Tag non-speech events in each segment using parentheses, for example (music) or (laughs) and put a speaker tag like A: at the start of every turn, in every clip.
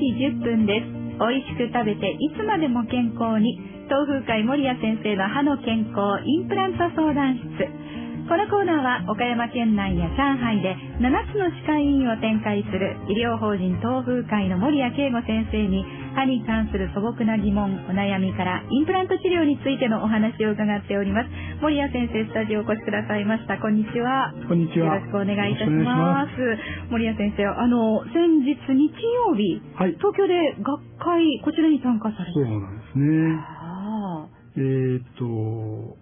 A: んです美味しく食べていつまでも健康に東風会守屋先生の歯の健康インプラント相談室このコーナーは岡山県内や上海で7つの歯科医院を展開する医療法人東風会の守屋圭吾先生に歯に関する素朴な疑問お悩みからインプラント治療についてのお話を伺っております守屋先生スタジオお越しくださいましたこんにちは
B: こんにちは。
A: よろしくお願いいたします。森谷先生、あの、先日日曜日、
B: はい
A: 東京で学会、こちらに参加され
B: そ
A: て。
B: うなんですね。
A: ああ、
B: えーっと、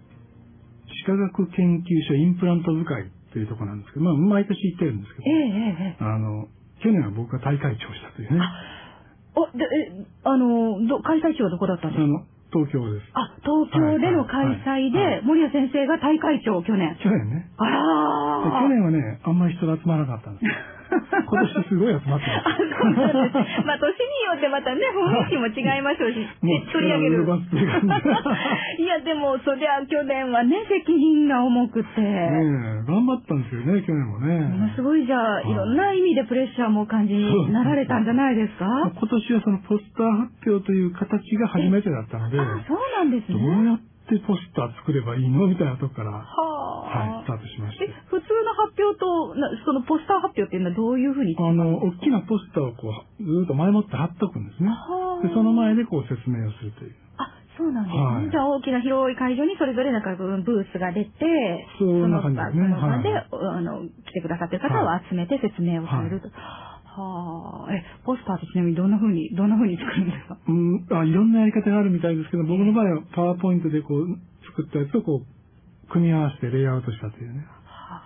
B: 歯科学研究所インプラント部会というところなんですけど、まあ、毎年行ってるんですけ
A: ええええええ。
B: ど、あの、去年は僕が大会長をしたというね、
A: お、で、え、あの、ど、開催地はどこだった
B: あ
A: んですか
B: の、東京です。
A: あ、東京での開催
B: はいは
A: で、森谷先生が大会長、去年。
B: 去年ね。
A: あ
B: で
A: らー。
B: 去年はね、あんまり人が集まらなかった
A: (laughs)
B: んですよ。今年すごい集まって
A: あ
B: ま
A: そうなんですねまあ、年によってまたね、雰囲気も違いましょうし、
B: す。もう
A: 取り上げる。
B: 力を及ばすという感じ。
A: (laughs) いや、でも、そりゃ、去年はね、責任が重くて。
B: ねえ、頑張ったんですよね、去年
A: も
B: も
A: の
B: ね
A: す。ごいじゃあ、
B: うん
A: いろんな意味でプレッシャーもお感じになられたんじゃないですか
B: まあ今年はそのポスター発表という形が初めてだったので、
A: あ、そうなんです
B: ど
A: ね。
B: うやってポスター作ればいいのみたいなとこから、は、
A: はい
B: スタートしまし
A: え
B: て。、
A: 普通の発表と、なそのポスター発表っていうのはどういうふうに
B: あの、大きなポスターをこう、ずーっと前もって貼っとくんですね。
A: はあ
B: で、その前でこう説明をするという。
A: あ、そうなんですね。
B: はい
A: じゃあ、大きな広い会場にそれぞれなんかブースが出て、
B: そんな
A: の
B: 感じですね
A: その場で、
B: はい
A: あの、来てくださってる方を集めて説明をされると。はあ、え、ポスターってちなみにどんなふうに、どんなふうに作るんですか
B: うん、あ、いろんなやり方があるみたいですけど、僕の場合はパワーポイントでこう、作ったやつをこう、組み合わせてレイアウトしたというね。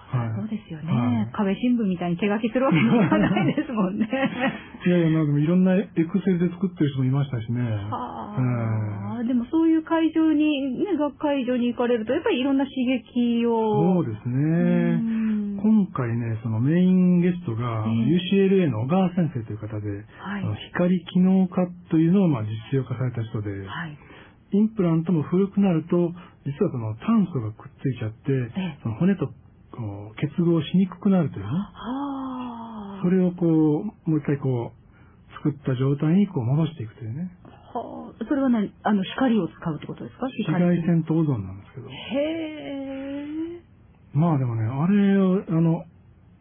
B: はい
A: そうですよね、
B: はい
A: 壁新聞みたいに手書きするわけにはいかないですも
B: (laughs)
A: んね。
B: いやいや、まあでもいろんなエクセルで作ってる人もいましたしね。
A: はあ、でもそういう会場に、ね、学会場に行かれると、やっぱりいろんな刺激
B: そ
A: を。
B: うです
A: う
B: ね。
A: ん
B: 今回ね、そのメインゲストが、
A: え
B: UCLA の小川先生という方で、
A: はい
B: あの光機能化というのをまあ実用化された人で、
A: はい。
B: インプラントも古くなると、実はその炭素がくっついちゃって
A: ええ、
B: その骨とこう結合しにくくなるというね。
A: はあ。
B: それをこう、もう一回こう、作った状態にこう戻していくというね。
A: はあ、それは何あの、光を使うってことですか
B: 紫外線とオゾンなんですけど。
A: へえ。
B: まあでもね、あれを、あの、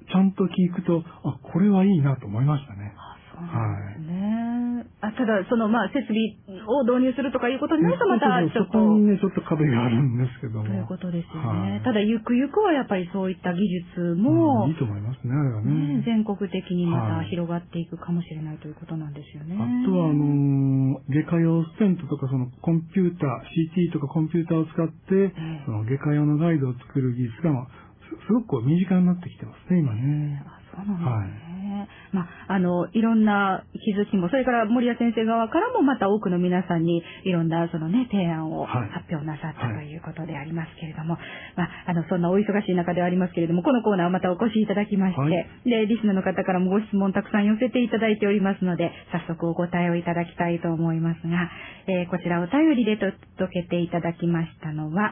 B: ちゃんと聞くと、あ、これはいいなと思いましたね。
A: あそうなんですね。あ、ただ、その、まあ、設備を導入するとかいうことになると、また、ちょっ
B: そ
A: と。
B: こにね、ちょっと壁があるんですけども。
A: ということですよね。
B: はい
A: ただ、ゆくゆくはやっぱりそういった技術
B: う
A: も、
B: んいいと思いますね、あれは
A: ね
B: ね。
A: 全国的にま
B: は
A: た
B: い
A: 広がっていくかもしれないということなんですよね。
B: あとは、あのー外科用ステントとか、そのコンピューター、CT とかコンピューターを使っ
A: え、
B: てその外科用のガイドを作る技術が、まあすすごくこう身近になってきてますね、今ね。
A: あそうなんですね。まあ、あの、いろんな気づきも、それから森谷先生側からもまた多くの皆さんにいろんなそのね、提案を
B: はい
A: 発表なさった
B: は
A: と
B: い
A: いうことでありますけれども、まあ、あの、そんなお忙しい中ではありますけれども、このコーナーまたお越しいただきまして、
B: はい
A: で、リスナーの方からもご質問たくさん寄せていただいておりますので、早速お答えをいただきたいと思いますが、えーこちらお便りでと届けていただきましたのは、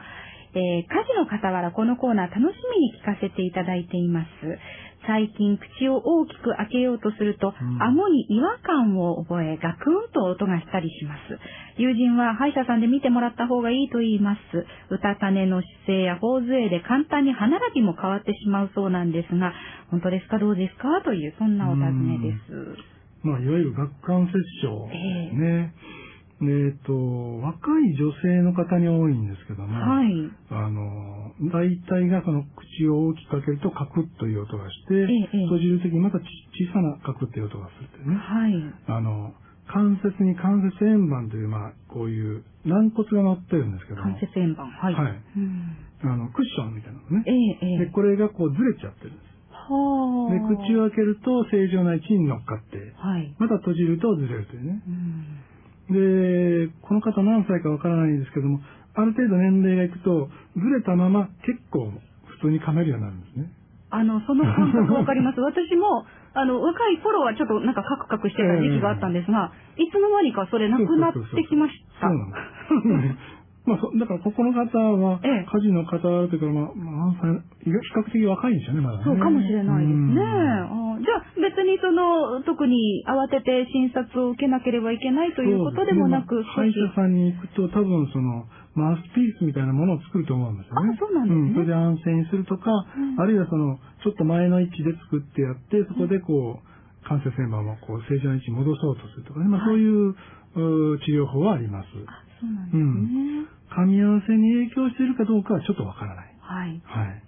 A: えー家事の傍らこのコーナー楽しみに聞かせていただいています。最近口を大きく開けようとすると、
B: うん
A: 顎に違和感を覚え、ガクンと音がしたりします。友人は歯医者さんで見てもらった方がいいと言います。うたた寝の姿勢や頬杖で簡単に歯並びも変わってしまうそうなんですが、本当ですかどうですかという、そんなお尋ねです。
B: まあ、いわゆる顎関節症
A: ええ
B: ね。えっ、と、若い女性の方に多いんですけども、
A: はい。
B: あの、大体がその口を大きく開けるとカクッという音がして、
A: ええ
B: 閉じるときにまたち小さなカクッという音がするというね。
A: はい。
B: あの、関節に関節円盤という、まあ、こういう軟骨が乗ってるんですけども
A: 関、節円盤。はい。
B: はい
A: うん、
B: あの、クッションみたいなの
A: え
B: ね。
A: ええ
B: で、
A: え。
B: これがこうずれちゃってるんです。
A: は
B: で、口を開けると正常な位置に乗っかって、
A: はい。
B: また閉じるとずれるというね。
A: うん。
B: で、この方何歳かわからないんですけども、ある程度年齢がいくと、ずれたまま結構普通に噛めるようになるんですね。
A: あの、その感覚わかり
B: (laughs)
A: ます。私も、あの、若い頃はちょっとなんかカクカクしてた時期があったんですが、いつの間にかそれなくなってきました。
B: そうなんです。まあ、そだから、ここの方は、
A: ええ
B: 家事の方というか、まあ、まあ、何歳比較的若いんですよね、まだね、
A: そうかもしれないですね。
B: うん
A: ああーじゃあ別にその特に慌てて診察を受けなければいけないということでもなく、
B: そうですねまあ歯医者さんに行くと多分そのマウスピースみたいなものを作ると思うんですよね。
A: あそうなんですね
B: それで安静にするとか、
A: ん
B: あるいはそのちょっと前の位置で作ってやって、そこでこう関節旋盤をこう正常な位置に戻そうとするとかね、まあ、そういう、うー治療法はあります。
A: あそうなんですね。
B: 噛み合わせに影響しているかどうかはちょっとわからない。
A: はい。
B: はい。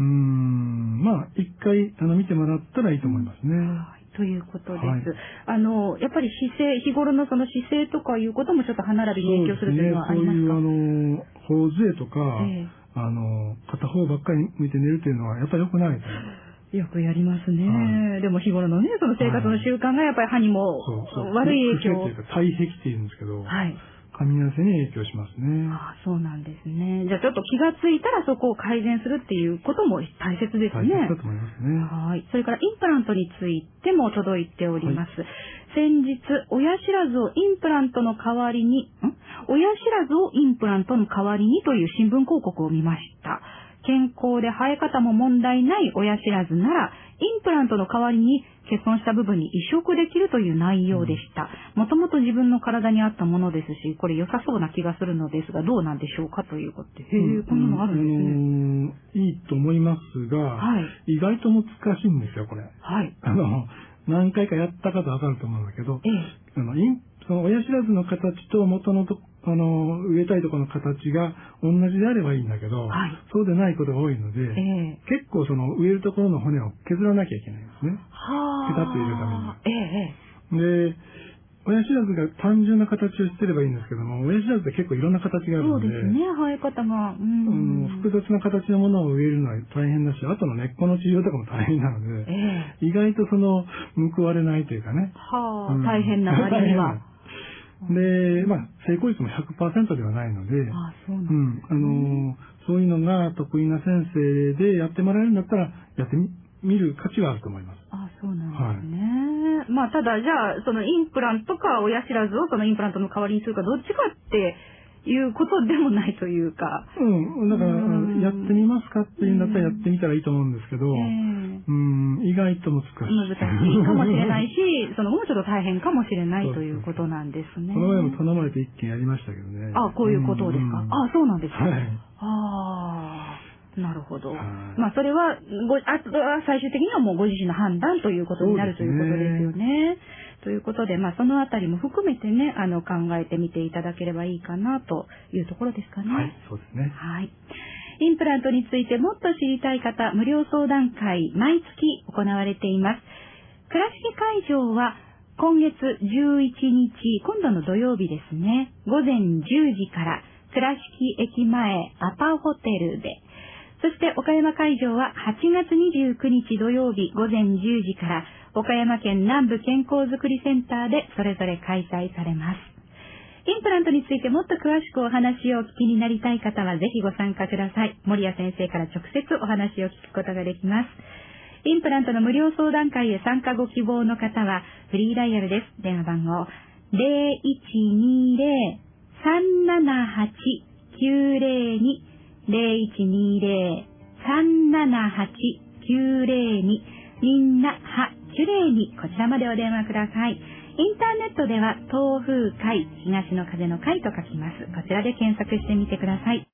B: うーん、まあ一回あの見てもらったらいいと思いますね。
A: はいということです。
B: はい
A: あの、やっぱり姿勢、日頃のその姿勢とかいうこともちょっと歯並びに影響するというのはあり
B: そうで
A: ますすか
B: ねそういう、あの、頬杖とか、
A: ええ
B: あの、片方ばっかり向いて寝るというのは、やっぱり良くないと思います。
A: よくやりますね、
B: は
A: でも日頃のね、その生活の習慣がやっぱり歯にも
B: そうそう。
A: 悪い影響
B: 癖っていうか、体壁っていうんですけど、
A: はい。
B: 噛み合わせに影響しますね。
A: ああ、そうなんですね。じゃあちょっと気がついたらそこを改善するっていうことも大切です
B: 大切
A: ね
B: だ。と思いますね。
A: はい。それからインプラントについても届いております。先日、親知らずをインプラントの代わりに、ん親知らずをインプラントの代わりにという新聞広告を見ました。健康で生え方も問題ない親知らずなら、インプラントの代わりに欠損した部分に移植できるという内容でした。もともと自分の体に合ったものですし、これ良さそうな気がするのですが、どうなんでしょうかということで。へえ、こんなのあるんですね。
B: ね。あのいいと思いますが、
A: は
B: 意外と難しいんですよ、これ。
A: はい。
B: あの、何回かやった方わかると思うんだけど
A: え、え。
B: あの、インその親知らずの形と元のと、あの、植えたいところの形が同じであればいいんだけど、
A: はい
B: そうでないことが多いので、
A: ええ。
B: 結構その植えるところの骨を削らなきゃいけないんですね。
A: はあ。
B: ペタッと入れるために
A: ええええ。
B: で、親知らずが単純な形をしてればいいんですけども、親知らずって結構いろんな形がある
A: そ
B: の
A: う
B: で、
A: ですね、生え方が。う
B: あの
A: ん。
B: 複雑な形のものを植えるのは大変だし、あとの根っこの治療とかも大変なの
A: え
B: で、
A: え。
B: 意外とその、報われないというかね。
A: はあ、
B: うん
A: 大変な割には。あ
B: (laughs) 大変なで、まあ、成功率も100%ではないので、
A: あ、そうな
B: うんん、あのーそういうのが得意な先生でやってもらえるんだったら、やってみ見る価値はあると思います。
A: あそうなんですね。まあ、ただ、じゃあ、そのインプラントか親知らずをそのインプラントの代わりにするか、どっちかっていうことでもないというか。
B: うん、だから、
A: うん
B: やってみますかっていうんだったらやってみたらいいと思うんですけど、
A: ええ
B: うん、意外と難しい。
A: 難しいかもしれ
B: (laughs)
A: ないし、そのもうちょっと大変かもしれないということなんですね。
B: (laughs) この前も頼まれて一件やりましたけどね。
A: あ、こういうことですか。
B: うん
A: あ、そうなんですか。
B: はい
A: ああ、なるほど。
B: はい
A: まあ、それは、ご、あとは最終的にはもうご自身の判断ということになると
B: そ
A: いうう
B: です
A: こ
B: ね
A: とですよね。ということで、まあ、そのあたりも含めてね、あの、考えてみていただければいいかなというところですかね。
B: はい、そうですね。
A: はい。インプラントについてもっと知りたい方、無料相談会、毎月行われています。倉敷会場は、今月11日、今度の土曜日ですね、午前10時から、倉敷駅前アパホテルで、そして岡山会場は8月29日土曜日午前10時から、岡山県南部健康づくりセンターでそれぞれ開催されます。インプラントについてもっと詳しくお話をお聞きになりたい方はぜひご参加ください。森谷先生から直接お話を聞くことができます。インプラントの無料相談会へ参加ご希望の方はフリーダイヤルです。電話番号0120-378-902 0120-378-902みんなはキュレイにこちらまでお電話ください。インターネットでは、東風会、東の風の会と書きます。こちらで検索してみてください。